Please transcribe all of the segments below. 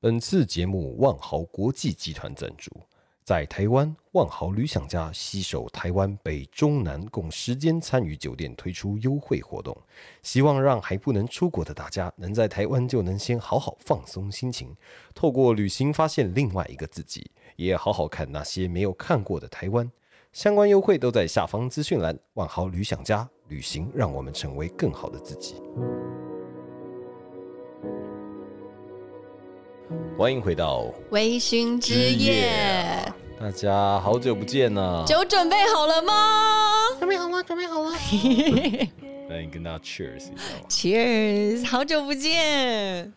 本次节目万豪国际集团赞助，在台湾万豪旅享家携手台湾北中南共十间参与酒店推出优惠活动，希望让还不能出国的大家能在台湾就能先好好放松心情，透过旅行发现另外一个自己，也好好看那些没有看过的台湾。相关优惠都在下方资讯栏。万豪旅享家，旅行让我们成为更好的自己。欢迎回到微醺之夜，哦大家，好久不见啊呐！酒准备好了吗那你跟大家 cheers 一下吧。 ？Cheers，好久不见。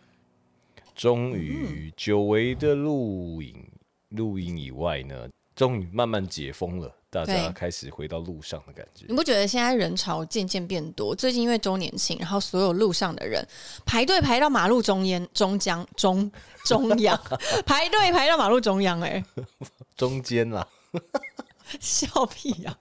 终于，久违的录影，录影以外呢，终于慢慢解封了，大家对开始回到路上的感觉你。不觉得现在人潮渐渐变多？最近因为周年庆，然后所有路上的人排队排到马路中间、中央、中中 央，排队排到马路中央、哎，中间啦，笑屁呀、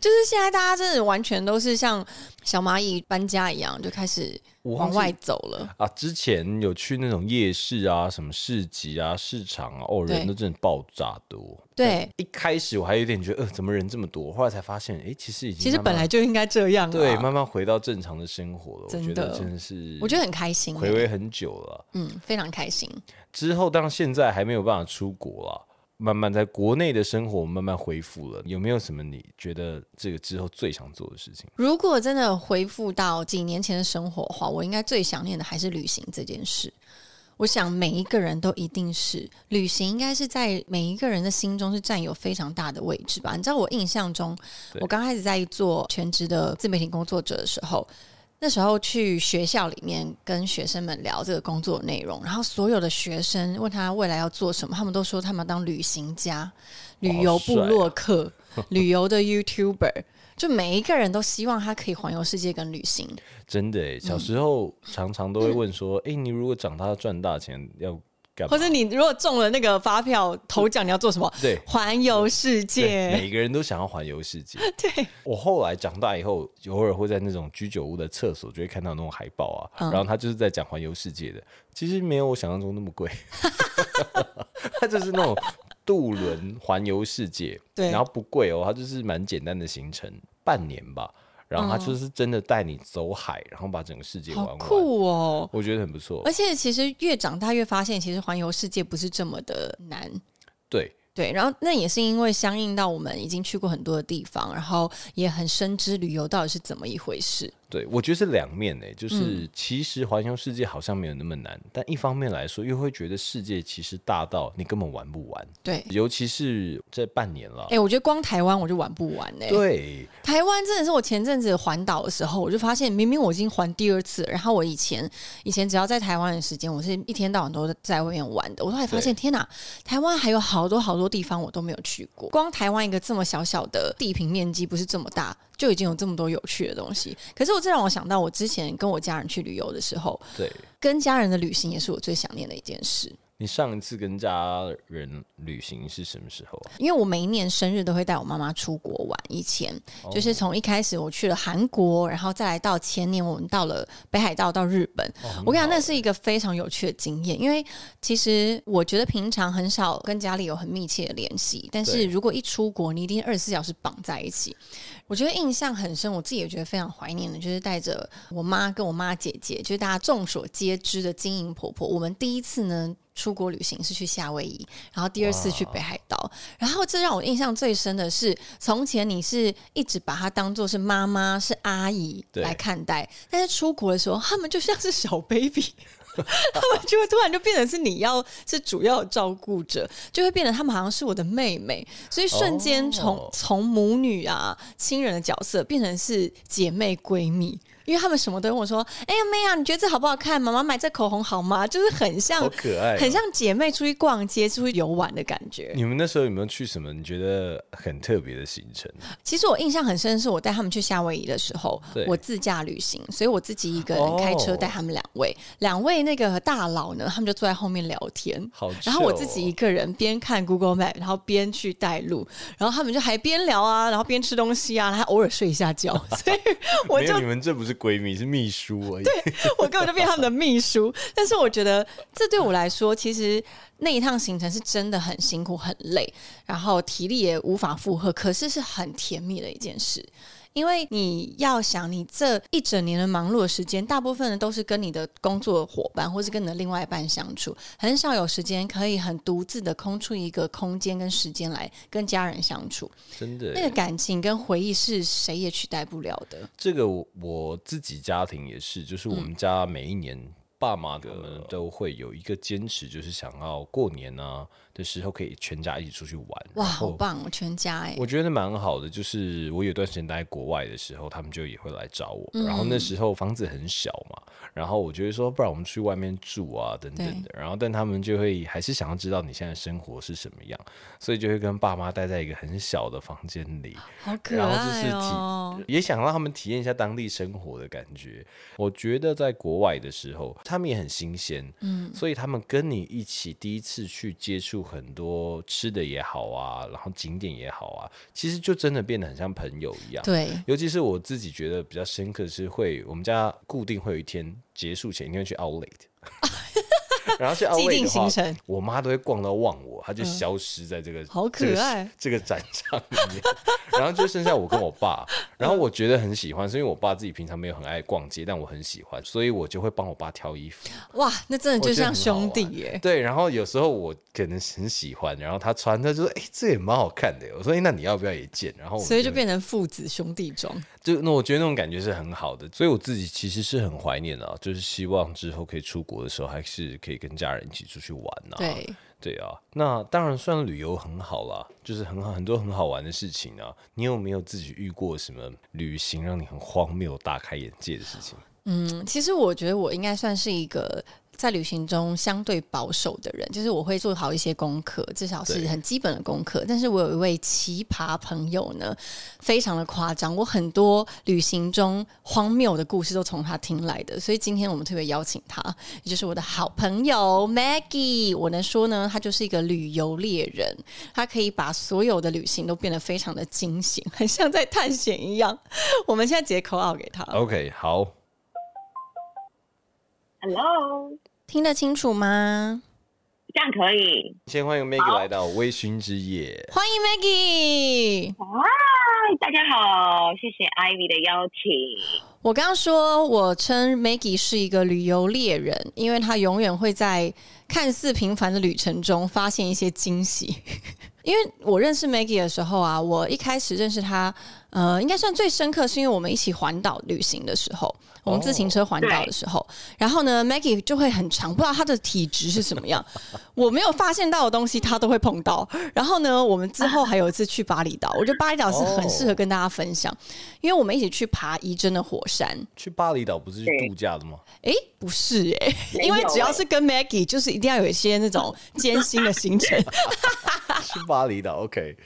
就是现在大家真的完全都是像小蚂蚁搬家一样，就开始我往忘记外走了。啊，之前有去那种夜市啊、什么市集啊、市场啊，哦，对人都真的爆炸多。对，一开始我还有点觉得，呃，怎么人这么多？后来才发现，哎，其实已经其实慢本慢来就应该这样、啊。对，慢慢回到正常的生活了。我觉真得的真的是，我觉得很开心、回哎味很久了。啊嗯，非常开心。之后，当然现在还没有办法出国啦，慢慢在国内的生活慢慢恢复了。有没有什么你觉得这个之后最想做的事情？如果真的恢复到几年前的生活的话，我应该最想念的还是旅行这件事。我想每一个人都一定是旅行，应该是在每一个人的心中是占有非常大的位置吧。你知道，我印象中，对我刚开始在做全职的自媒体工作者的时候，那时候去学校里面跟学生们聊这个工作内容，然后所有的学生问他未来要做什么，他们都说他们要当旅行家、旅游部落客、旅游的 YouTuber，就每一个人都希望他可以环游世界跟旅行。真的、欸，小时候常常都会问说：“哎、你如果长大赚大钱要干嘛或者你如果中了那个发票头奖，你要做什么？对环游对，世？”界。每个人都想要环游世界。 对，我后来长大以后，偶尔会在那种居酒屋的厕所就会看到那种海报啊，嗯然后他就是在讲环游世界的，其实没有我想象中那么贵， 它就是那种渡轮环游世界，对然后不贵哦，它就是蛮简单的行程，半年吧，然后它就是真的带你走海，然后把整个世界玩好完，酷哦！我觉得很不错而，且其实越长大越发现，其实环游世界不是这么的难。对。对，然后那也是因为相应到我们已经去过很多的地方，然后也很深知旅游到底是怎么一回事。对，我觉得是两面诶、嗯就是其实环游世界好像没有那么难，但一方面来说，又会觉得世界其实大到你根本玩不完。对，尤其是这半年了哎、。我觉得光台湾我就玩不完哎、对，台湾真的是我前阵子环岛的时候，我就发现明明我已经环第二次了，然后我以前以前只要在台湾的时间，我是一天到晚都在外面玩的。我后来发现，天哪，台湾还有好多好多地方我都没有去过。光台湾一个这么小小的地平面积不是这么大，就已经有这么多有趣的东西。可是我这让我想到，我之前跟我家人去旅游的时候，对跟家人的旅行也是我最想念的一件事。你上一次跟家人旅行是什么时候啊？因为我每一年生日都会带我妈妈出国玩。以前哦就是从一开始我去了韩国，然后再来到前年我们到了北海道到日本。我跟你讲，那是一个非常有趣的经验，因为其实我觉得平常很少跟家里有很密切的联系，但对是如果一出国，你一定二十四小时绑在一起。我觉得印象很深，我自己也觉得非常怀念的，就是带着我妈跟我妈姐姐，就是大家众所皆知的金银婆婆。我们第一次呢出国旅行是去夏威夷，然后第二次去北海道。然后这让我印象最深的是，从前你是一直把她当做是妈妈、是阿姨对来看待，但是出国的时候，他们就像是小 baby。他 们就会突然就变成是你要是主要的照顾者，就会变得他们好像是我的妹妹，所以瞬间从、哦从母女啊亲人的角色变成是姐妹闺蜜，因为他们什么都问我说：“哎、呀妹啊，你觉得这好不好看？妈妈买这口红好吗？”就是很像好可爱哦、很像姐妹出去逛街、出去游玩的感觉。 你们那时候有没有去什么你觉得很特别的行程？其实我印象很深，是我带他们去夏威夷的时候对，我自驾旅行，所以我自己一个哦人开车带他们两位，两、位那个大佬呢，他们就坐在后面聊天。好秀哦，然后我自己一个人边看 Google Map，然后边去带路， 然后他们就还边聊啊，然后边吃东西啊，然后还偶尔睡一下觉，所以我没就有你们这不是是闺蜜，是秘书而已。我根本就变他们的秘书。但是我觉得这对我来说，其实那一趟行程是真的很辛苦、很累，然后体力也无法负荷，可是是很甜蜜的一件事。因为你要想，你这一整年的忙碌的时间，大部分的都是跟你的工作伙伴或是跟你的另外一半相处，很少有时间可以很独自的空出一个空间跟时间来跟家人相处。 真的那耶，个感情跟回忆是谁也取代不了的。这个我我自己家庭也是，就是我嗯们家每一年。爸妈他们都会有一个坚持，就是想要过年啊的时候可以全家一起出去玩。然哇，好后棒！哦，全家哎、我觉得蛮好的，就是我有段时间待在国外的时候，他们就也会来找我。然后那时候房子很小嘛，然后我就会说，不然我们去外面住啊，等等的。然后但他们就会还是想要知道你现在生活是什么样，所以就会跟爸妈待在一个很小的房间里，好可然后就是爱体哦、也想让他们体验一下当地生活的感觉。我觉得在国外的时候，他们也很新鲜，嗯，所以他们跟你一起第一次去接触很多吃的也好啊，然后景点也好啊，其实就真的变得很像朋友一样。对，尤其是我自己觉得比较深刻是会，我们家固定会有一天结束前一定会去 Outlet，然后去既 Outlet 定的行话，程，我妈都会逛到忘我，她就消失在这个、嗯好可爱 这个、这个展场里面，然后就剩下我跟我 爸，然后我觉得很喜欢，是因为我爸自己平常没有很爱逛街，但我很喜欢，所以我就会帮我爸挑衣服。哇，那真的就像兄弟我觉耶！对，然后有时候我可能很喜欢，然后他穿，他就说：“哎、这也蛮好看的耶。”我说：“哎、那你要不要也见？”哦然后我哦们所以就会变成父子兄弟装，就那我觉得那种感觉是很好的，所以我自己其实是很怀念啊，就是希望之后可以出国的时候，还是可以跟家人一起出去玩啊。对，对啊，那当然，虽然旅游很好啦，就是很好很多很好玩的事情啊。你有没有自己遇过什么旅行让你很荒谬、大开眼界的事情？嗯，其实我觉得我应该算是一个在旅行中相对保守的人，就是我会做好一些功课，至少是对很基本的功课。但是我有一位奇葩朋友呢，非常的夸张，我很多旅行中荒谬的故事都从他听来的，所以今天我们特别邀请他，也就是我的好朋友 Maggie。我能说呢，他就是一个旅游猎人，他可以把所有的旅行都变得非常的惊险，很像在探险一样。我们现在直接口号给他。啊 OK，好， Hello，听得清楚吗？这样可以。先欢迎 Maggie 来到微醺之夜。欢迎 Maggie。嗨，大家好，谢谢 Ivy 的邀请。我刚刚说，我称 Maggie 是一个旅游猎人，因为他永远会在看似平凡的旅程中发现一些惊喜。 因为我认识 Maggie 的时候啊，我一开始认识他，呃，应该算最深刻，是因为我们一起环岛旅行的时候，我们自行车环岛的时候，然后呢，Maggie 就会很长，不知道她的体质是什么样，我没有发现到的东西，她都会碰到。然后呢，我们之后还有一次去巴厘岛，我觉得巴厘岛是很适合跟大家分享，因为我们一起去爬仪真的火山，去巴厘岛不是去对度假的吗？诶，不是诶，没因为有只要欸是跟 Maggie，就是一定要有一些那种艰辛的行程。去巴厘岛，OK，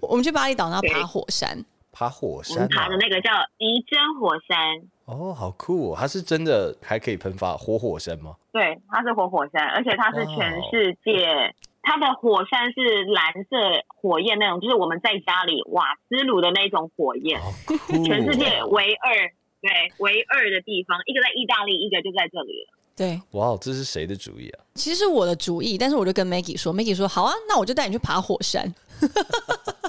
我们去巴厘岛，然后爬对火山，爬火我山们爬啊的！那个叫仪真火山，哦，好酷、哦！它是真的还可以喷发活火山吗？对，它是活火山，而且它是全世界。它的火山是蓝色火焰那种，就是我们在家里瓦斯炉的那种火焰，好酷、哦！全世界唯二，对，唯二的地方，一个在意大利，一个就在这里了。对。哇，哦这是谁的主意啊？其实是我的主意，但是我就跟 Maggie 说，Maggie 说好啊，那我就带你去爬火山。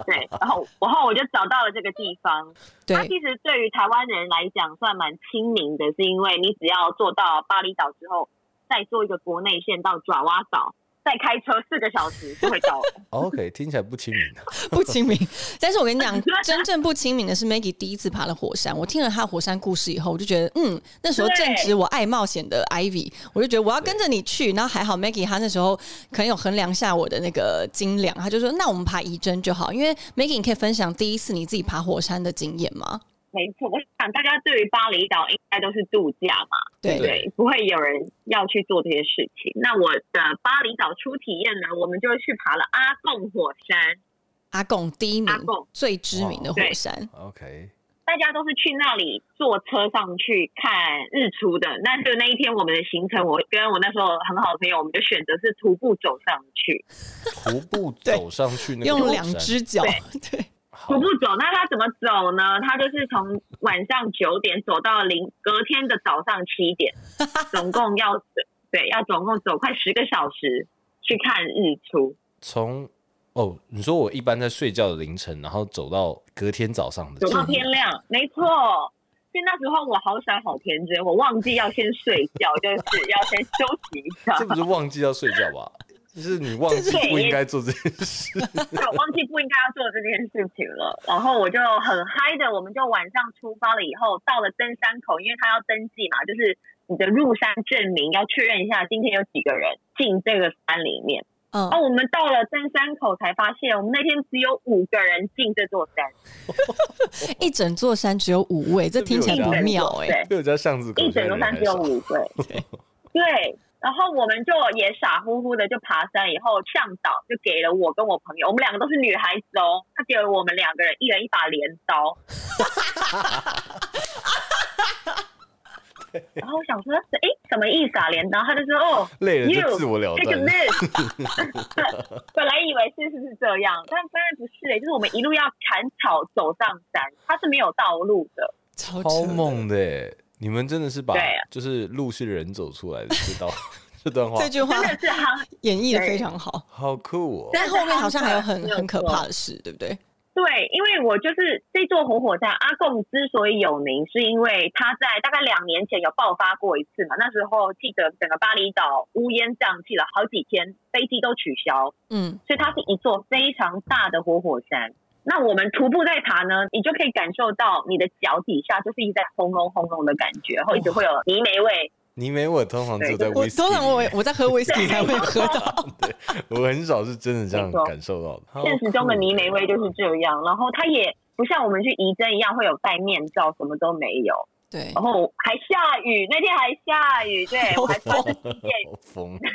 对，然后然后我就找到了这个地方，它对其实对于台湾人来讲算蛮亲民的，是因为你只要坐到巴厘岛之后，再坐一个国内线到爪哇岛，再开车四个小时就会到了。 ，OK，听起来不亲民啊。不亲民。但是我跟你 讲，啊真正不亲民的是 Maggie 第一次爬的火山。我听了她的火山故事以后，我就觉得，嗯，那时候对正值我爱冒险的 Ivy，我就觉得我要跟着你去。然后还好 Maggie 她那时候可能有衡量下我的那个斤两，她就说，那我们爬仪真就好。因为 Maggie，你可以分享第一次你自己爬火山的经验吗？没错，我想大家对于巴厘岛应该都是度假嘛，对对对，不会有人要去做这些事情。那我的巴厘岛初体验呢，我们就去爬了阿贡火山。阿贡第一名阿贡最知名的火哇对山， OK，大家都是去那里坐车上去看日出的。那就那一天我们的行程，我跟我那时候很好的朋友，我们就选择是徒步走上去。徒步走上去那个用火两山 只脚，对。好徒步走，那他怎么走呢？他就是从晚上九点走到零隔天的早上七 点，总共要对要总共走快十个小时去看日出。从哦，你说我一般在睡觉的凌晨，然后走到隔天早上的走到7点天亮，没错。所以那时候我好傻好天真，我忘记要先睡觉，就是要先休息一下，这不是忘记要睡觉吧？就是你忘记不应该做这件事。 对，我忘记不应该要做这件事情了。然后我就很嗨的，我们就晚上出发了以后，到了登山口，因为他要登记嘛，就是你的入山证明要确认一下今天有几个人进这个山里面。嗯哦，我们到了登山口才发现，我们那天只有五个人进这座山，一整座山只有五位，这听起来不妙哎、对，六家巷子口一现在整人座山很只有少，五对对。然后我们就也傻乎乎的就爬山，以后向导就给了我跟我朋友，我们两个都是女孩子哦，他给了我们两个人一人一把镰刀。然后我想说，哎，什么意思啊？镰刀？他就说，哦累了就，you 自我了 take 断 a。nap。本来以为是是是这样，但当然不是哎、就是我们一路要砍草走上山，它是没有道路的。超扯超的猛的耶！你们真的是把对啊就是陆续人走出来的这 道这段话这，句话真的是行演绎的非常好，好酷哦！但后面好像还有很没有错很可怕的事，对不对？对，因为我就是这座活火山，阿贡之所以有名，是因为它在大概两年前有爆发过一次嘛。那时候记得整个巴厘岛乌烟瘴气了好几天，飞机都取消，嗯，所以它是一座非常大的活火山。那我们徒步在爬呢，你就可以感受到你的脚底下就是一直在轰隆轰隆的感觉，然后一直会有泥煤味。你没我通常只有在我威士忌通里常我面，我在 喝威士忌才会喝到，我很少是真的这样没错感受到的。好现实中的酷泥煤味就是这样，然后它也不像我们去仪征一样会有戴面罩，什么都没有。对然，后哦还下雨，那天还下雨，对我还穿着一件，哦好疯，对。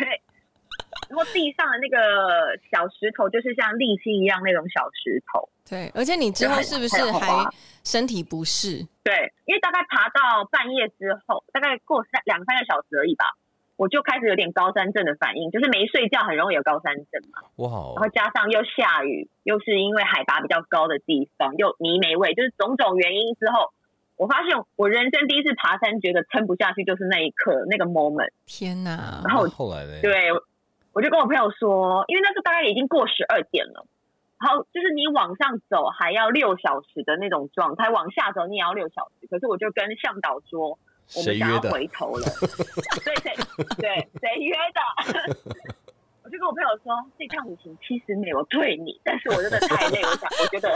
然后地上的那个小石头，就是像沥青一样那种小石头，对，而且你之后是不还是有还有还身体不适？对。因为大概爬到半夜之后，大概过三两三个小时而已吧，我就开始有点高山症的反应，就是没睡觉很容易有高山症嘛。哇然后哦！加上又下雨，又是因为海拔比较高的地方，又泥煤味，就是种种原因之后，我发现我人生第一次爬山觉得撑不下去，就是那一刻那个 moment。天哪！然后那后来呢？对，我就跟我朋友说，因为那时候大概已经过十二点了，然后就是你往上走还要六小时的那种状态，往下走你也要六小时。可是我就跟向导说，我谁们想约要的？回头 了，对谁对谁约的？ 我就跟我朋友说，这趟旅行其实没有退你，但是我真的太累，我想我觉得，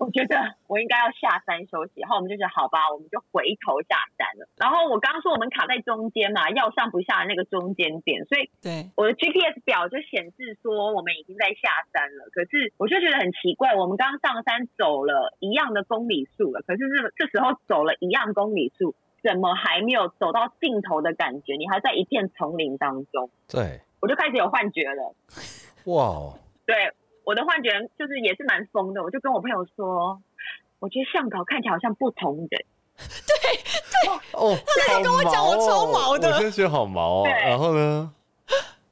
我觉得我应该要下山休息。然后我们就觉得好吧，我们就回头下山了。然后我刚刚说我们卡在中间嘛，要上不下的那个中间点，所以对，我的 GPS 表就显示说我们已经在下山了，可是我就觉得很奇怪，我们刚上山走了一样的公里数了，可是这这时候走了一样公里数，怎么还没有走到尽头的感觉？你还在一片丛林当中，对，我就开始有幻觉了。哇哦！对，我的幻觉就是也是蛮疯的，我就跟我朋友说，我觉得向导看起来好像不同人。哦，他那天跟我讲我超毛的我真的觉得好毛哦。对然后呢？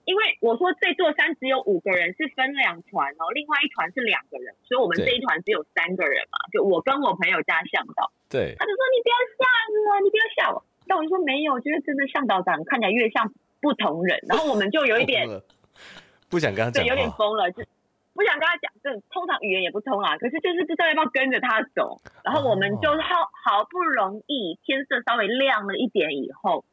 因为我说这座山只有五个人，是分两团哦，另外一团是两个人，所以我们对这一团只有三个人嘛，就我跟我朋友加向导。对，他就说你不要吓我，你不要吓我。但我就说没有，就是真的向导长看起来越像不同人，然后我们就有一点疯了不想跟他讲对，有点话。疯了，就不想跟他讲。就通常语言也不通啊啦，可是就是不知道要不要跟着他走。然后我们就好好不容易天色稍微亮了一点以后，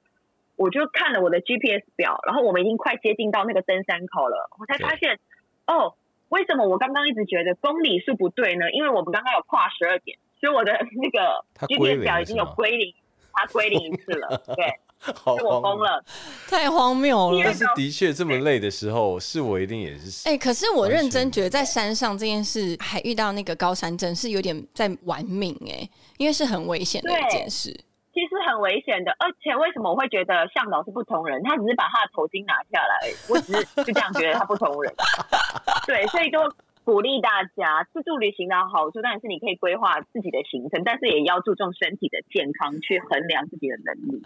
我就看了我的 GPS 表，然后我们已经快接近到那个登山口了，我才发现哦，为什么我刚刚一直觉得公里数不对呢？因为我们刚刚有跨十二点，所以我的那个它归零 GPS 表已经有了是吗归零，它归零一次了， 对，好所以荒我疯谬。了。太荒谬了因为但。是的确这么累的时候，是我一定也是。哎、可是我完全认真觉得在山上这件事，还遇到那个高山症，是有点在玩命哎、因为是很危险的一件事。其实很危险的，而且为什么我会觉得向导是不同人？他只是 把他的头巾拿下来而已，我只是就这样觉得他不同人。对，所以就鼓励大家自助旅行的好处，当然是你可以规划自己的行程，但是也要注重身体的健康，去衡量自己的能力。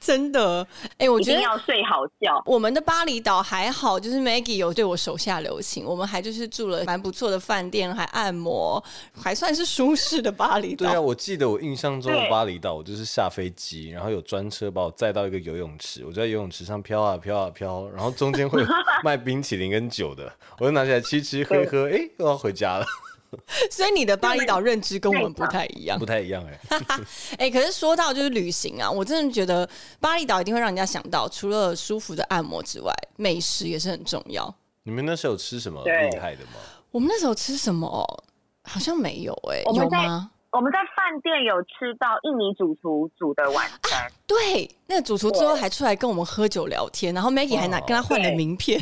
真的，哎、我一觉定得要睡好觉。我们的巴厘岛还好，就是 Maggie 有对我手下留情，我们还就是住了蛮不错的饭店，还按摩，还算是舒适的巴厘岛。对啊，我记得我印象中的哎对巴厘岛，我就是下飞机，然后有专车把我载到一个游泳池，我就在游泳池上飘啊飘啊飘，然后中间会有卖冰淇淋跟酒 的，我就拿起来吃吃喝喝，诶，哦又要回家了，所以你的巴厘岛认知跟我们不太一样不。太一样诶。哎、可是说到就是旅行啊，我真的觉得巴厘岛一定会让人家想到，除了舒服的按摩之外，美食也是很重要。你们那时候有吃什么对厉害的吗？我们那时候吃什么哦？好像没有哎、我们有在吗？我们在饭店有吃到印尼主厨煮的晚 餐，对，那个主厨最后还出来跟我们喝酒聊天，然后 Maggie 还拿哇跟他换了对名片。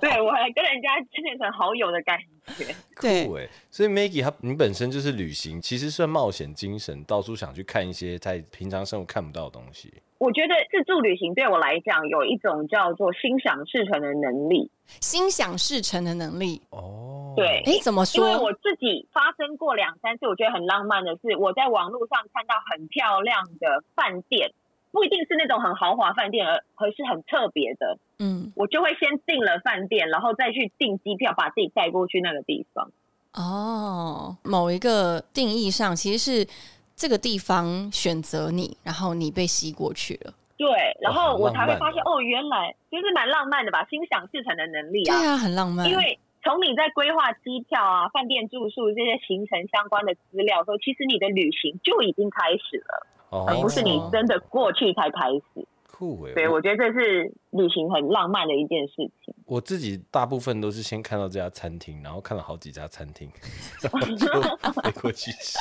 对我还跟人家变成好友的感觉。对，对，欸所以 Maggie 她你本身就是旅行，其实算冒险精神，到处想去看一些在平常生活看不到的东西。我觉得自助旅行对我来讲有一种叫做心想事成的能力，心想事成的能力。哦，对哎、怎么因说？为我自己发生过两三次，我觉得很浪漫的是，我在网络上看到很漂亮的饭店，不一定是那种很豪华饭店，而而是很特别的，嗯，我就会先订了饭店，然后再去订机票，把自己带过去那个地方。哦，某一个定义上其实是这个地方选择你，然后你被吸过去了。对，然后我才好浪漫会哦发现，哦，原来其实蛮浪漫的吧，心想事成的能力对啊，很浪漫。因为从你在规划机票啊、饭店住宿这些行程相关的资料的时候，其实你的旅行就已经开始了，哦，啊而不是你真的过去才开始。酷欸诶。对，我觉得这是旅行很浪漫的一件事 情。我自己大部分都是先看到这家餐厅，然后看了好几家餐厅，然后就飞过去吃。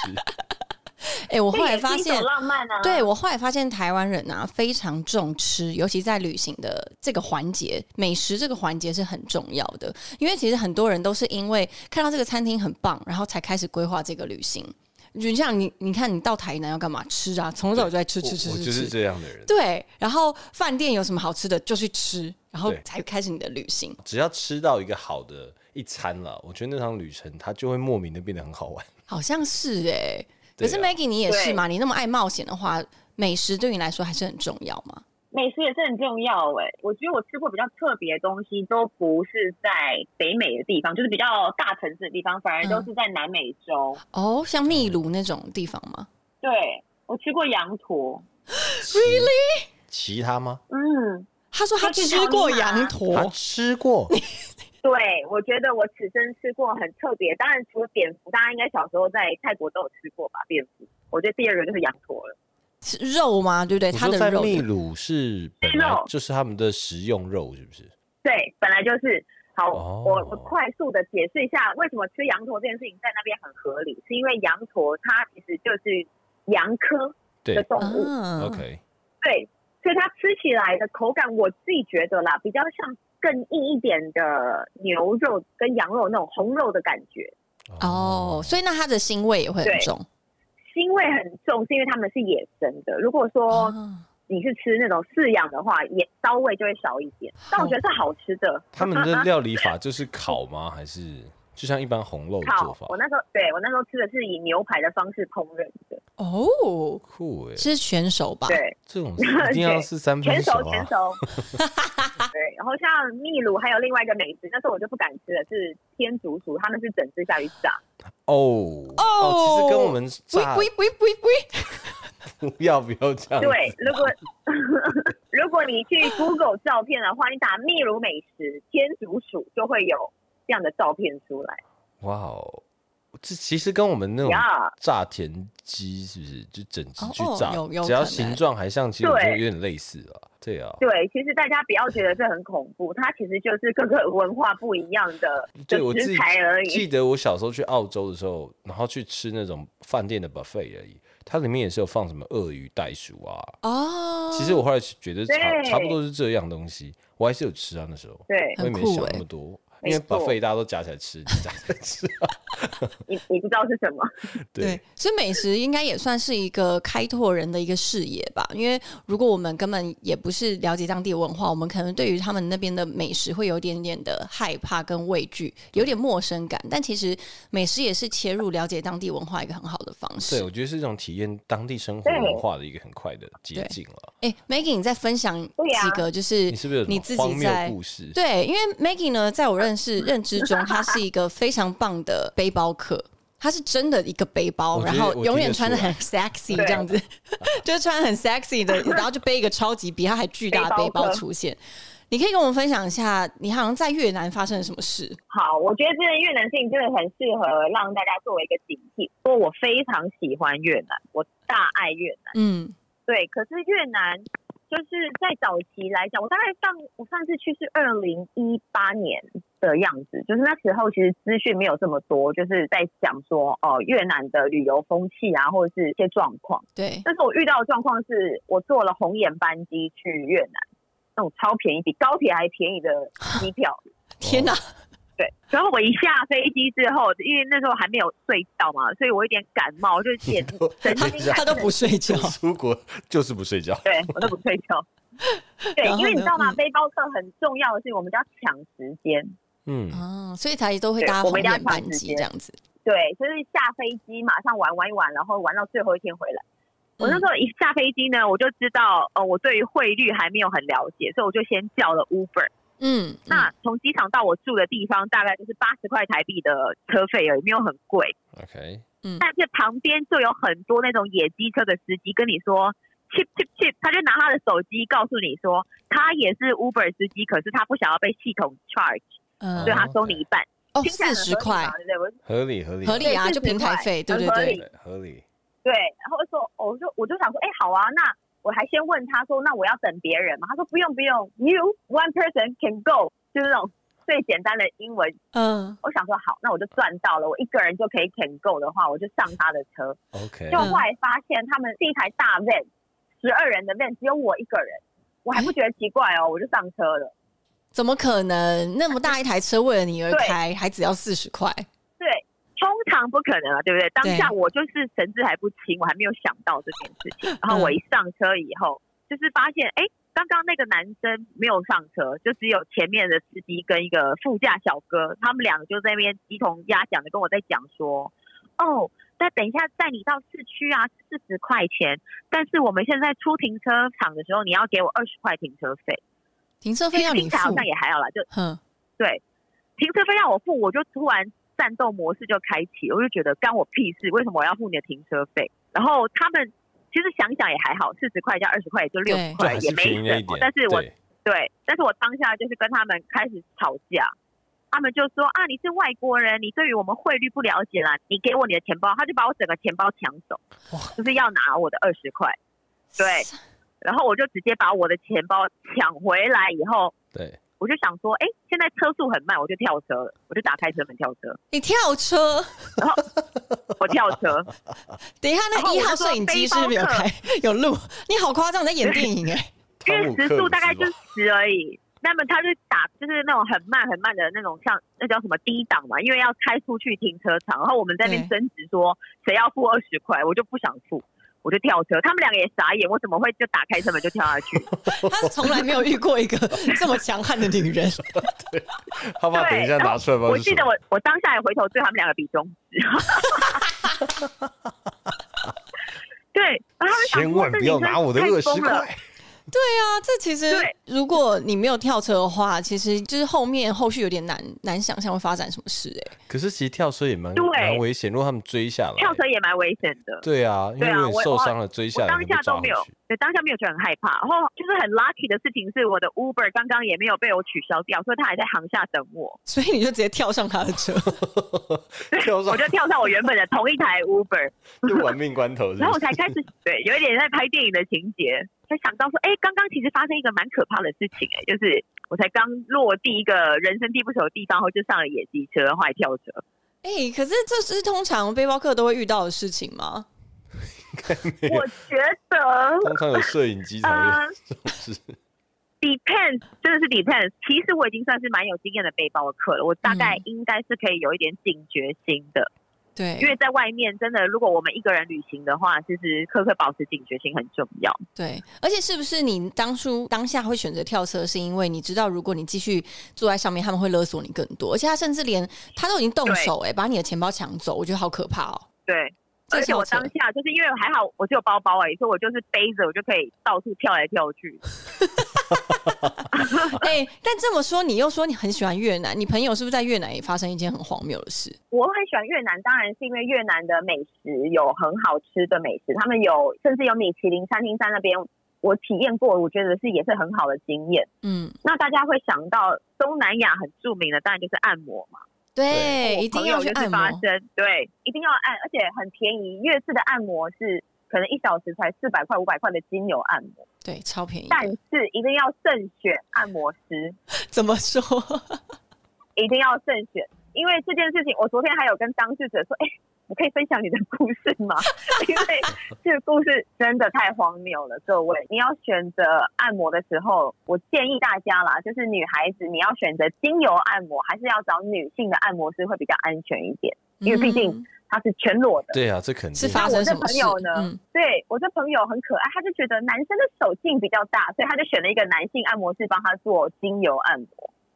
哎、 我后来发这也是一现种，浪漫啊，对我后来发现台湾人啊非常重吃，尤其在旅行的这个环节，美食这个环节是很重要的。因为其实很多人都是因为看到这个餐厅很棒，然后才开始规划这个旅行。就像你，你看你到台南要干嘛吃啊？从小就在吃吃吃我我吃 就是吃。这样的人，对，然后饭店有什么好吃的就去吃，然后对才开始你的旅行。只要吃到一个好的一餐了，我觉得那趟旅程它就会莫名的变得很好玩。好像是哎、可对是啊 Maggie 你也是对嘛？你那么爱冒险的话，美食对你来说还是很重要嘛？美食也是很重要哎、我觉得我吃过比较特别的东西，都不是在北美的地方，就是比较大城市的地方，反而都嗯是在南美洲。哦，像秘鲁那种地方吗？对我吃过羊驼， Really？其他吗？嗯，他说他就是吃过条尼羊玛他驼，吃过，对，我觉得我此生吃过很特别，当然除了蝙蝠，大家应该小时候在泰国都有吃过吧？蝙蝠，我觉得第二个就是羊驼了。是肉吗？对不对？你他说的在肉秘鲁是本是来肉就是他们的食用肉，是不是？对，本来就是。好，哦我我快速的解释一下为什么吃羊驼这件事情在那边很合理，是因为羊驼它其实就是羊科对的动物，啊，OK，对，所以它吃起来的口感，我自己觉得啦，比较像更硬一点的牛肉跟羊肉那种红肉的感觉。哦，所以那他的腥味也会很对重腥味很重，是因为它们是野生的。如果说啊你是吃那种饲养的话，也骚味就会少一点。但我觉得是好吃的。他们的料理法就是烤吗？还是就像一般红肉的做烤，法我？那时候对我那时候吃的是以牛排的方式烹饪的，哦，酷诶，是全熟吧？对，这 种一定要啊是三全分熟熟全啊。熟。对，然后像秘鲁还有另外一个美食，那时候我就不敢吃了，是天竺鼠，他们是整只下去炸。哦哦其实跟我们喂炸喂喂喂喂，不 要不要这样子？对，如果 如果你去 Google 照片的话，你打秘鲁美食天竺鼠就会有这样的照片出来。哇哦，这其实跟我们那种呀炸田鸡是不是就整只去哦哦炸，有有只要可能形状还像，其实我觉对得有点类似啊。对啊，对，其实大家不要觉得这很恐怖，它其实就是各个文化不一样的对的我自食己材而记已。得我小时候去澳洲的时候，然后去吃那种饭店的 buffet 而已，它里面也是有放什么鳄鱼、袋鼠啊。哦，其实我后来觉得差对差不多是这样东西，我还是有吃啊那时候，对我也没很酷想欸那么多。因为没错 buffet 大家都夹起来吃，夹起来吃。你你不知道是什么？ 对，所以美食应该也算是一个开拓人的一个视野吧。因为如果我们根本也不是了解当地文化，我们可能对于他们那边的美食会有一点点的害怕跟畏惧，有点陌生感。但其实美食也是切入了解当地文化一个很好的方式对，。我觉得是一种体验当地生活文化的一个很快的捷径了。哎、m a g g i e 你再分享对呀几个，就是你是不是有你什自么荒己谬在故事？ 对，因为 Maggie 呢，在我认识认知中，她是一个非常棒的背包客。她是真的一个背包，我觉然得啊后我永听远得穿的出很来 sexy 对 这样子，就是穿得很 sexy 的，然后就背一个超级比她还巨大的背背包包客出现。你可以跟我们分享一下，你好像在越南发生了什么事？好，我觉得这个越南性真的很适合让大家作为一个警惕。不过我非常喜欢越南，我大爱越南。嗯，对，可是越南就是在早期来讲，我大概上我上次去是二零一八年的样子，就是那时候其实资讯没有这么多，就是在讲说哦、越南的旅游风气啊，或者是一些状况。哦对，但是我遇到的状况是我坐了红眼班机去越南，那种超便宜，比高铁还便宜的机票。天哪，对，然后我一下飞机之后，因为那时候还没有睡觉嘛，所以我有点感冒，就是 点神她经感她都不睡觉就，出国就是不睡觉，对我都不睡觉。对然，后因为你呢知道吗？嗯背包客很重要的是，我们就要抢时间。嗯，嗯，所以才都会对搭我红们一定要眼班抢时机间这样子。对，就是下飞机马上玩玩一玩，然后玩到最后一天回来。嗯我那时候一下飞机呢，我就知道，呃，我对于汇率还没有很了解，所以我就先叫了 Uber。嗯，那从机场到我住的地方大概就是八十块台币的车费而已，没有很贵。 OK，但是旁边就有很多那种野鸡车的司机跟你说 chip chip chip，他就拿他的手机告诉你说，他也是 Uber 司机，可是他不想要被系统 charge，嗯所以对嗯，他收你一半，哦，听起四来很十合理块嘛，对不对？合理合理合理啊，对就平台40费，对很对合对理，对合理，对，然后说，哦我就我就想说，哎、好啊，那我还先问他说，那我要等别人嘛？他说不用不用，you one person can go，就是那种最简单的英文。嗯，我想说好，那我就赚到了，我一个人就可以 can go 的话，我就上他的车。 OK，就后来发现他们是一台大 van，十二人的 van 只有我一个人，我还不觉得奇怪哦，我就上车了。怎么可能？那么大一台车为了你而对开，还只要四十块？对，通常不可能啊，对不对？当下对我就是神志还不清，我还没有想到这件事情。然后我一上车以后，就是发现，哎，刚刚那个男生没有上车，就只有前面的司机跟一个副驾小哥，他们两个就在那边鸡同鸭讲的跟我在讲说，哦。那等一下带你到市区啊，四十块钱。但是我们现在出停车场的时候，你要给我二十块停车费。停车其费实要听你起来好付像，也还好啦，就哼，对，停车费让我付，我就突然战斗模式就开启，我就觉得干我屁事，为什么我要付你的停车费？然后他们其实想想也还好，四十块加二十块也就六十就块，还也是没便宜了什一么点。。但是我对对，但是我当下就是跟他们开始吵架，他们就说啊，你是外国人，你对于我们汇率不了解啦，你给我你的钱包，他就把我整个钱包抢走，就是要拿我的二十块，对，然后我就直接把我的钱包抢回来以后，对，我就想说，哎、现在车速很慢，我就跳车了，我就打开车门跳车，你跳车，我跳 车，等一下然那后一我号就说摄影机是不是有背包客开 有录？你好夸张，你在演电影 哎！汤因为姆时克鲁速斯大概就吧十而已。那么他就打，就是那种很慢很慢的那种，像那叫什么低档嘛，因为要开出去停车场，然后我们在那边对争执说谁要付二十块，我就不想付，我就跳车。他们两个也傻眼，我怎么会就打开车门就跳下去？他从来没有遇过一个这么强悍的女 人，他怕等一下拿出来吧。我记得我我当下也回头对他们两个比中指。 对，然后他们想千说万不要拿我的这女二生太十疯了块。啊，这其实对如果你没有跳车的话，其实就是后面后续有点难难想象会发展什么事哎、可是其实跳车也蛮对蛮危险，如果他们追下来，跳车也蛮危险的。对啊，因为对啊如果我你受伤了追下我来，当你下被抓回都没有去。， 对，当下没有觉得很害怕。然后就是很 lucky 的事情是，我的 Uber 刚刚也没有被我取消掉，所以他还在航下等我。所以你就直接跳上他的 车，跳上我就跳上我原本的同一 台 Uber，就 玩命关头是不是，然后我才开始对，有一点在拍电影的情节，才想到说，哎，刚刚其实发生一个蛮可怕的事情、哎，就是我才刚落地一个人生地不熟的地方，然后就上了野鸡车，然后还跳 车。哎、可是这是通常背包客都会遇到的事情吗？ 我觉得，通常有摄影机才 呃会，是 depends，真的是 depends。其实我已经算是蛮有经验的背包客了，我大概嗯应该是可以有一点警觉心的，对，因为在外面真的，如果我们一个人旅行的话，其实刻刻保持警觉心很重要。对，而且是不是你当初当下会选择跳车，是因为你知道，如果你继续坐在上面，他们会勒索你更多，而且他甚至连他都已经动手、欸，哎，把你的钱包抢走，我觉得好可怕哦。对，这而且我跳当车下就是因为还好我只有包包而已，所以我就是背着我就可以到处跳来跳去。哎、但这么说，你又说你很喜欢越南，你朋友是不是在越南也发生一件很荒谬的事？我很喜欢越南，当然是因为越南的美食有很好吃的美食，他们有甚至有米其林餐厅在那边，我体验过，我觉得是也是很好的经验。嗯，那大家会想到东南亚很著名的，当然就是按摩嘛。对，一我定朋要友去就是按发摩生，，对，一定要按，而且很便宜。越式的按摩是可能一小时才四百块、五百块的精油按摩，对，超便宜的。但是一定要慎选按摩师，怎么说？一定要慎选，因为这件事情，我昨天还有跟当事者说，哎、我可以分享你的故事吗？ 因为这个故事真的太荒谬了，各位，你要选择按摩的时候，我建议大家啦，就是女孩子你要选择精油按摩，还是要找女性的按摩师会比较安全一点，因为毕竟嗯它是全裸的。对啊，这肯定是发生什么事？那我这朋友呢嗯对我这朋友很可爱，他就觉得男生的手劲比较大，所以他就选了一个男性按摩师帮他做精油按摩。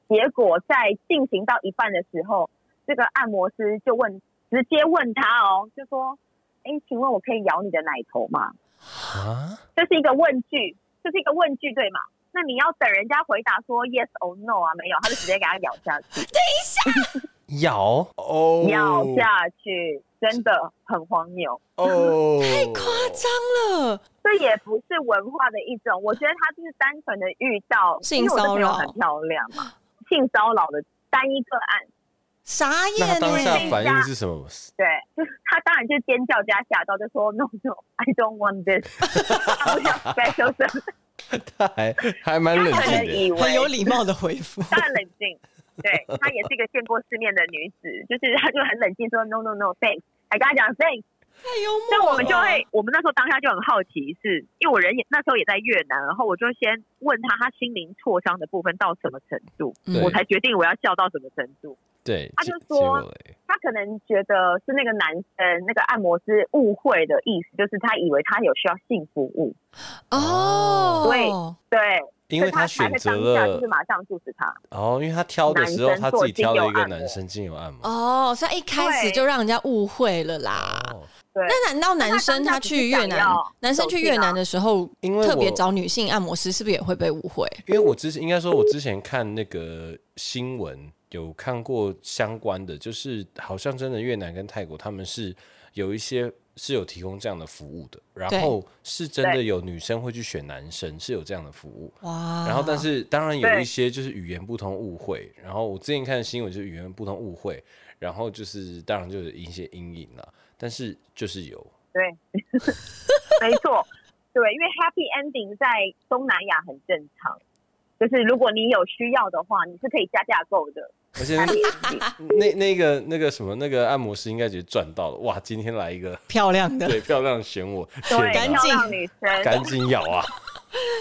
结果在进行到一半的时候，这个按摩师就问，直接问他哦，就说：“哎，请问我可以咬你的奶头吗 啊？？”这是一个问句，这是一个问句，对吗？那你要等人家回答说 yes or no 啊，没有，他就直接给他咬下去，咬哦，咬下去，真的很荒谬。哦，太夸张了，这也不是文化的一种，我觉得他就是单纯的遇到性因为我的骚朋友扰很漂亮嘛，性骚扰的单一个案，傻那他眼欸当呢下！反应是什么？ 对，就是他当然就是尖叫加吓到，就说 no no，I don't want this，他 不想 special service， 他还还蛮冷他可能静的，以为很有礼貌的回复。他很冷静，对她也是一个见过世面的女子，就是她就很冷静说 no no no，thanks，还跟他讲 thanks。太幽默了。 那我们就会，我们那时候当下就很好奇是，因为我人也那时候也在越南，然后我就先问他他心灵挫伤的部分到什么程度，嗯对我才决定我要笑到什么程度。对，他就结说结果嘞他可能觉得是那个男生那个按摩师误会的意思，就是他以为他有需要性服务，哦，对对，因为所以他才选会择当下就是了马上阻止他，哦，因为他挑的时候男生他做自己挑了一个精油按摩男生精油按摩。哦，所以他一开始对就让人家误会了啦。哦，对。那难道男生他去越那他当下只是想南要，男生去越南的时候，因为我特别找女性按摩师，是不是也会被误会？因为我之前应该说，我之前看那个新闻有看过相关的，就是好像真的越南跟泰国他们是有一些是有提供这样的服务的，然后是真的对有女生会去选男生是有这样的服务。哇！然后，但是当然有对一些就是语言不通误会。然后我之前看的新闻就是语言不通误会，然后就是当然就有一些阴影了，但是就是有，对，没错，对，因为 happy ending 在东南亚很正常，就是如果你有需要的话，你是可以加价购 的。而且 happy ending 那那个那个什么那个按摩师应该觉得赚到了哇！今天来一个 漂亮 的，对漂亮的选我，天对，哪赶紧漂亮女生，赶紧咬啊！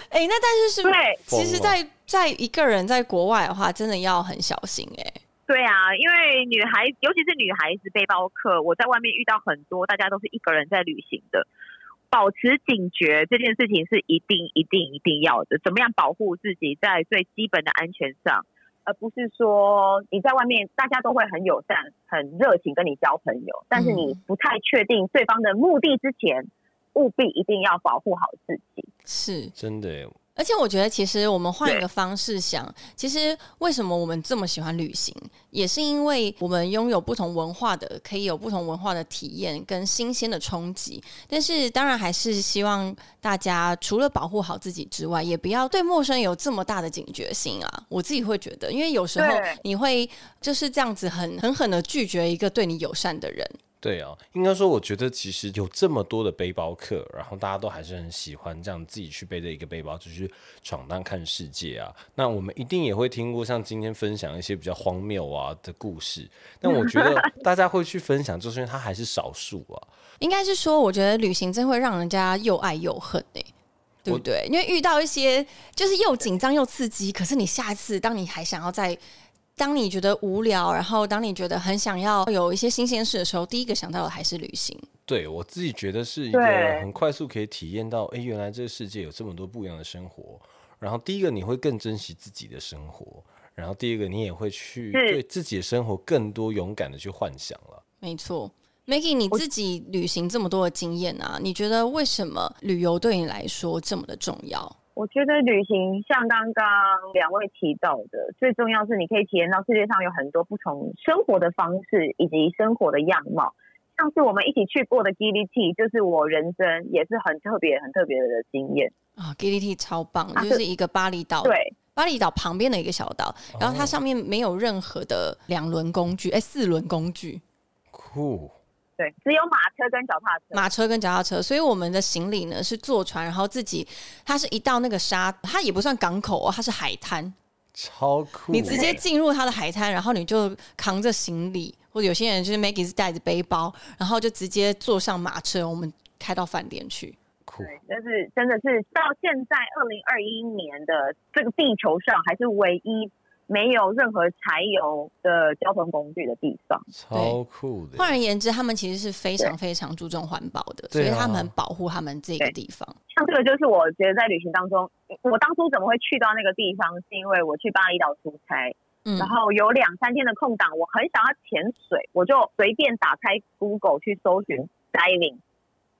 哎、那但是是不是？对疯其了实在，在一个人在国外的话，真的要很小心哎、对啊，因为女孩，尤其是女孩子背包客，我在外面遇到很多，大家都是一个人在旅行的。保持警觉这件事情是一定、一定、一定要的。怎么样保护自己在最基本的安全上，而不是说你在外面大家都会很友善、很热情跟你交朋友，但是你不太确定对方的目的之前，务必一定要保护好自己。是，真的耶，而且我觉得，其实我们换一对个方式想，其实为什么我们这么喜欢旅行，也是因为我们拥有不同文化的，可以有不同文化的体验跟新鲜的冲击。但是，当然还是希望大家除了保护好自己之外，也不要对陌生有这么大的警觉性啊。我自己会觉得，因为有时候对你会就是这样子很狠狠的拒绝一个对你友善的人。对啊，应该说，我觉得其实有这么多的背包客，然后大家都还是很喜欢这样自己去背着一个背包，就去闯荡看世界啊。那我们一定也会听过像今天分享一些比较荒谬啊的故事，但我觉 得大家会去分享，就是因为它还是少数啊。应该是说，我觉得旅行真会让人家又爱又恨哎、对我不对？因为遇到一些就是又紧张又刺激，可是你下次当你还想要再，当你觉得无聊，然后当你觉得很想要有一些新鲜事的时候，第一个想到的还是旅行。对我自己觉得是一个对很快速可以体验到，哎，原来这个世界有这么多不一样的生活。然后第一个你会更珍惜自己的生活，然后第二个你也会去是对自己的生活更多勇敢的去幻想了。没错，Maggie，你自己旅行这么多的经验啊，你觉得为什么旅游对你来说这么的重要？我觉得旅行像刚刚两位提到的，最重要是你可以体验到世界上有很多不同生活的方式以及生活的样貌。上次我们一起去过的 g i l i t 就是我人生也是很特别、很特别的经验。啊 g i l i t 超棒，啊就是一个巴厘岛对，巴厘岛旁边的一个小岛，然后它哦上面没有任何的两轮工具，哎、四轮工具，酷，对，只有马车跟脚踏车。马车跟脚踏车，所以我们的行李呢是坐船，然后自己，它是一到那个沙，它也不算港口哦，它是海滩，超酷欸！你直接进入它的海滩，然后你就扛着行李，或者有些人就是 Maggie 是带着背包，然后就直接坐上马车，我们开到饭店去。酷，对，但是真的是到现在二零二一年的这个地球上，还是唯一没有任何柴油的交通工具的地方。超酷的。换而言之，他们其实是非常非常注重环保的，所对啊以他们很保护他们这个地方。像这个就是我觉得在旅行当中，我当初怎么会去到那个地方，是因为我去巴厘岛出差，嗯然后有两三天的空档，我很想要潜水，我就随便打开 Google 去搜寻 diving，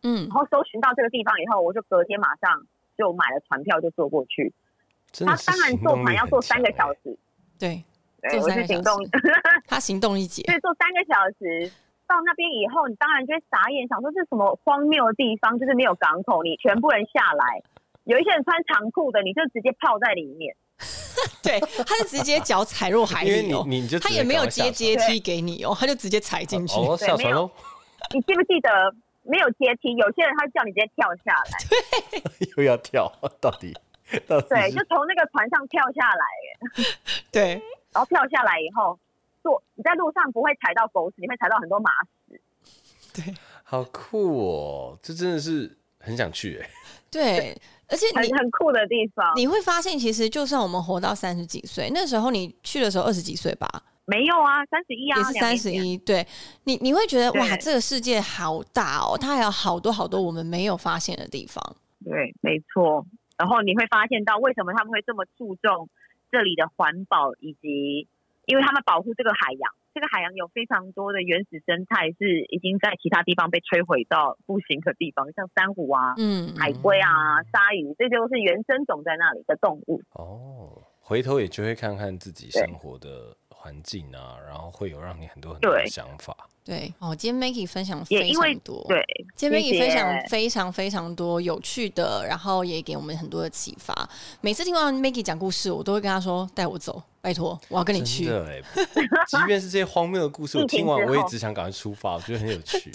嗯然，后搜寻到这个地方以后，我就隔天马上就买了船票就坐过去。真他的是当然行坐动船力要很坐三强个欸小时，对，对，坐我三是个行小动时，他行动力竭。对，坐三个小时。到那边以后，你当然就会傻眼，想说这是什么荒谬的地方，就是没有港口，你全部人下来，有一些人穿长裤的，你就直接泡在里面。 对，他是直接脚踩入海因为里哦，你你就他直也接没有赶快下接船阶梯给你哦，他就直接踩进去。哦，我对下没船有喽！ 你记不记得没有阶梯？有些人他叫你直接跳下来，又要跳，到底到底对，是就从那个船上跳下来，对，然后跳下来以后，坐你在路上不会踩到狗屎，你会踩到很多马屎。好酷哦！这真的是很想去哎、 对，而且很你很酷的地方。你会发现，其实就算我们活到三十几岁，那时候你去的时候二十几岁吧，没有啊，三十一啊，也是两三年十前，一，对你你会觉得对哇，这个世界好大哦，它还有好多好多我们没有发现的地方。对，没错。然后你会发现到为什么他们会这么注重这里的环保，以及因为他们保护这个海洋，这个海洋有非常多的原始生态是已经在其他地方被摧毁到不行的地方，像珊瑚啊、嗯，海龟啊、鲨鱼，这就是原生种在那里的动物。哦，回头也就会看看自己对生活的环境啊，然后会有让你很多很多的对想法。对哦，今天 Maggie 分享也非因为常多，，对，今天 Maggie 谢谢分享非常非常多有趣的，然后也给我们很多的启发。每次听到 Maggie 讲故事，我都会跟她说：“带我走，拜托，我要跟你去。真”的哎、 即便是这些荒谬的故事，我疫情听完之我也后只想赶快出发，我觉得很有趣。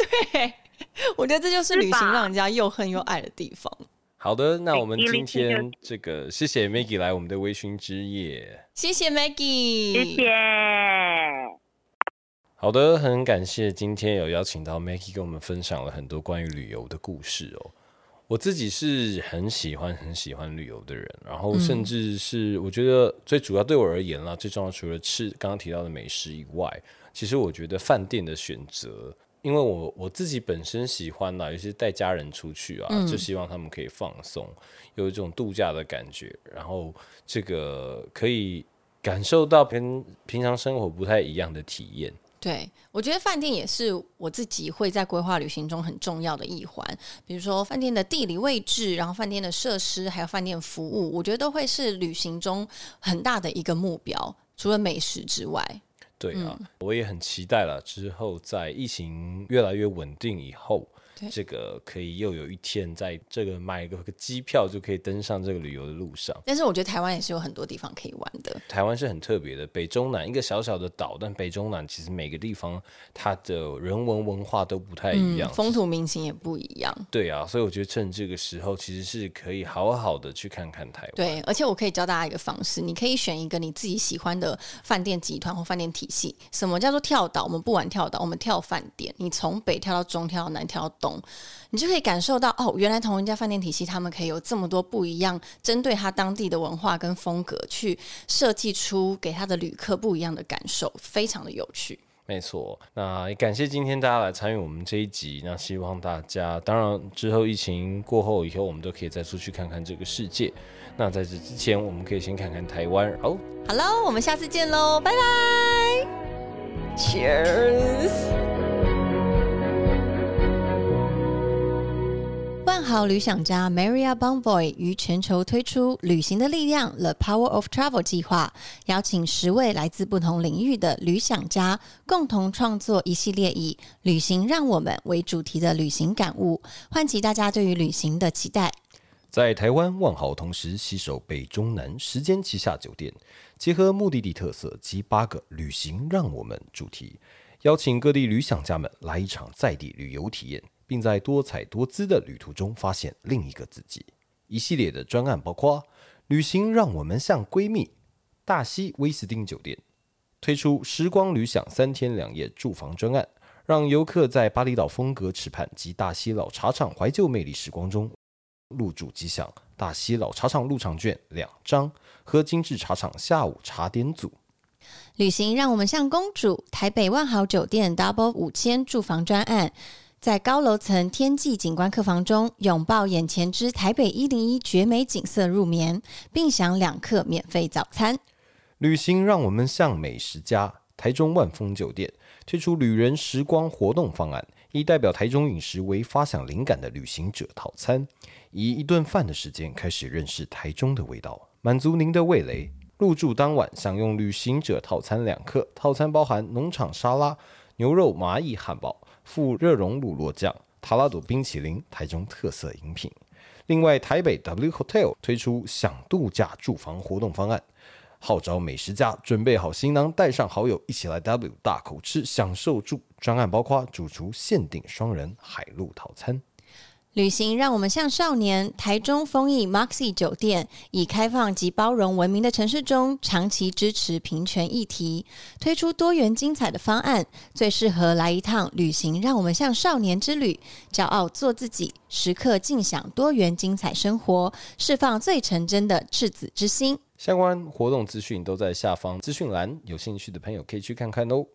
我觉得这就是旅是行吧让人家又恨又爱的地方。好的，那我们一今零七就天这个谢谢 Maggie 来我们的微醺之夜。谢谢 Maggie，谢谢。好的，很感谢今天有邀请到 Maggie 跟我们分享了很多关于旅游的故事哦。我自己是很喜欢很喜欢旅游的人，然后甚至是我觉得最主要对我而言啦，最重要除了吃刚刚提到的美食以外，其实我觉得饭店的选择，因为我我自己本身喜欢啦，尤其是带家人出去啊，嗯就希望他们可以放松，有一种度假的感觉，然后这个可以感受到跟平常生活不太一样的体验。对，我觉得饭店也是我自己会在规划旅行中很重要的一环。比如说饭店的地理位置，然后饭店的设施，还有饭店服务，我觉得都会是旅行中很大的一个目标。除了美食之外，对啊，嗯我也很期待了。之后在疫情越来越稳定以后对，这个可以又有一天在这个买一个机票就可以登上这个旅游的路上。但是我觉得台湾也是有很多地方可以玩的。台湾是很特别的，北中南一个小小的岛，但北中南其实每个地方它的人文文化都不太一嗯样，，风土民情也不一样，对啊，所以我觉得趁这个时候其实是可以好好的去看看台湾。对，而且我可以教大家一个方式，你可以选一个你自己喜欢的饭店集团或饭店体系。什么叫做跳岛？我们不玩跳岛，我们跳饭店。你从北跳到中，跳到南，跳到东，同，你就可以感受到哦，原来同人家饭店体系他们可以有这么多不一样，针对他当地的文化跟风格去设计出给他的旅客不一样的感受，非常的有趣。没错，那也感谢今天大家来参与我们这一集。那希望大家，当然之后疫情过后以后，我们都可以再出去看看这个世界。那在这之前，我们可以先看看台湾。好，好喽，我们下次见喽，拜拜，Cheers。万豪旅享家 Maria Bonvoy 于全球推出“旅行的力量 ”The Power of Travel 计划，邀请十位来自不同领域的旅享家，共同创作一系列以“旅行让我们”为主题的旅行感悟，唤起大家对于旅行的期待。在台湾万豪同时携手北中南时间旗下酒店，结合目的地特色及八个“旅行让我们”主题，邀请各地旅享家们来一场在地旅游体验，并在多彩多姿的旅途中发现另一个自己。一系列的专案包括“旅行让我们像闺蜜”、大溪威斯汀酒店推出“时光旅享”三天两夜住房专案，让游客在巴厘岛风格池畔及大溪老茶厂怀旧魅力时光中入住吉祥大溪老茶厂入场券两张，喝精致茶厂下午茶点组。旅行让我们像公主。台北万豪酒店 Double 五千住房专案，在高楼层天际景观客房中，拥抱眼前之台北一零一绝美景色入眠，并享两客免费早餐。旅行让我们像美食家。台中万丰酒店推出旅人时光活动方案，以代表台中饮食为发想灵感的旅行者套餐，以一顿饭的时间开始认识台中的味道，满足您的味蕾。入住当晚享用旅行者套餐两客，套餐包含农场沙拉、牛肉蚂蚁汉堡、附热熔乳酪酱、塔拉朵冰淇淋，台中特色饮品。另外，台北 W Hotel 推出享度假住房活动方案，号召美食家准备好行囊，带上好友一起来 W 大口吃，享受住。专案包括主厨限定双人海陆套餐。旅行让我们像少年。台中丰益 Maxi 酒店以开放及包容闻名的城市中，长期支持平权议题，推出多元精彩的方案，最适合来一趟旅行。让我们像少年之旅，骄傲做自己，时刻尽享多元精彩生活，释放最纯真的赤子之心。相关活动资讯都在下方资讯栏，有兴趣的朋友可以去看看哦。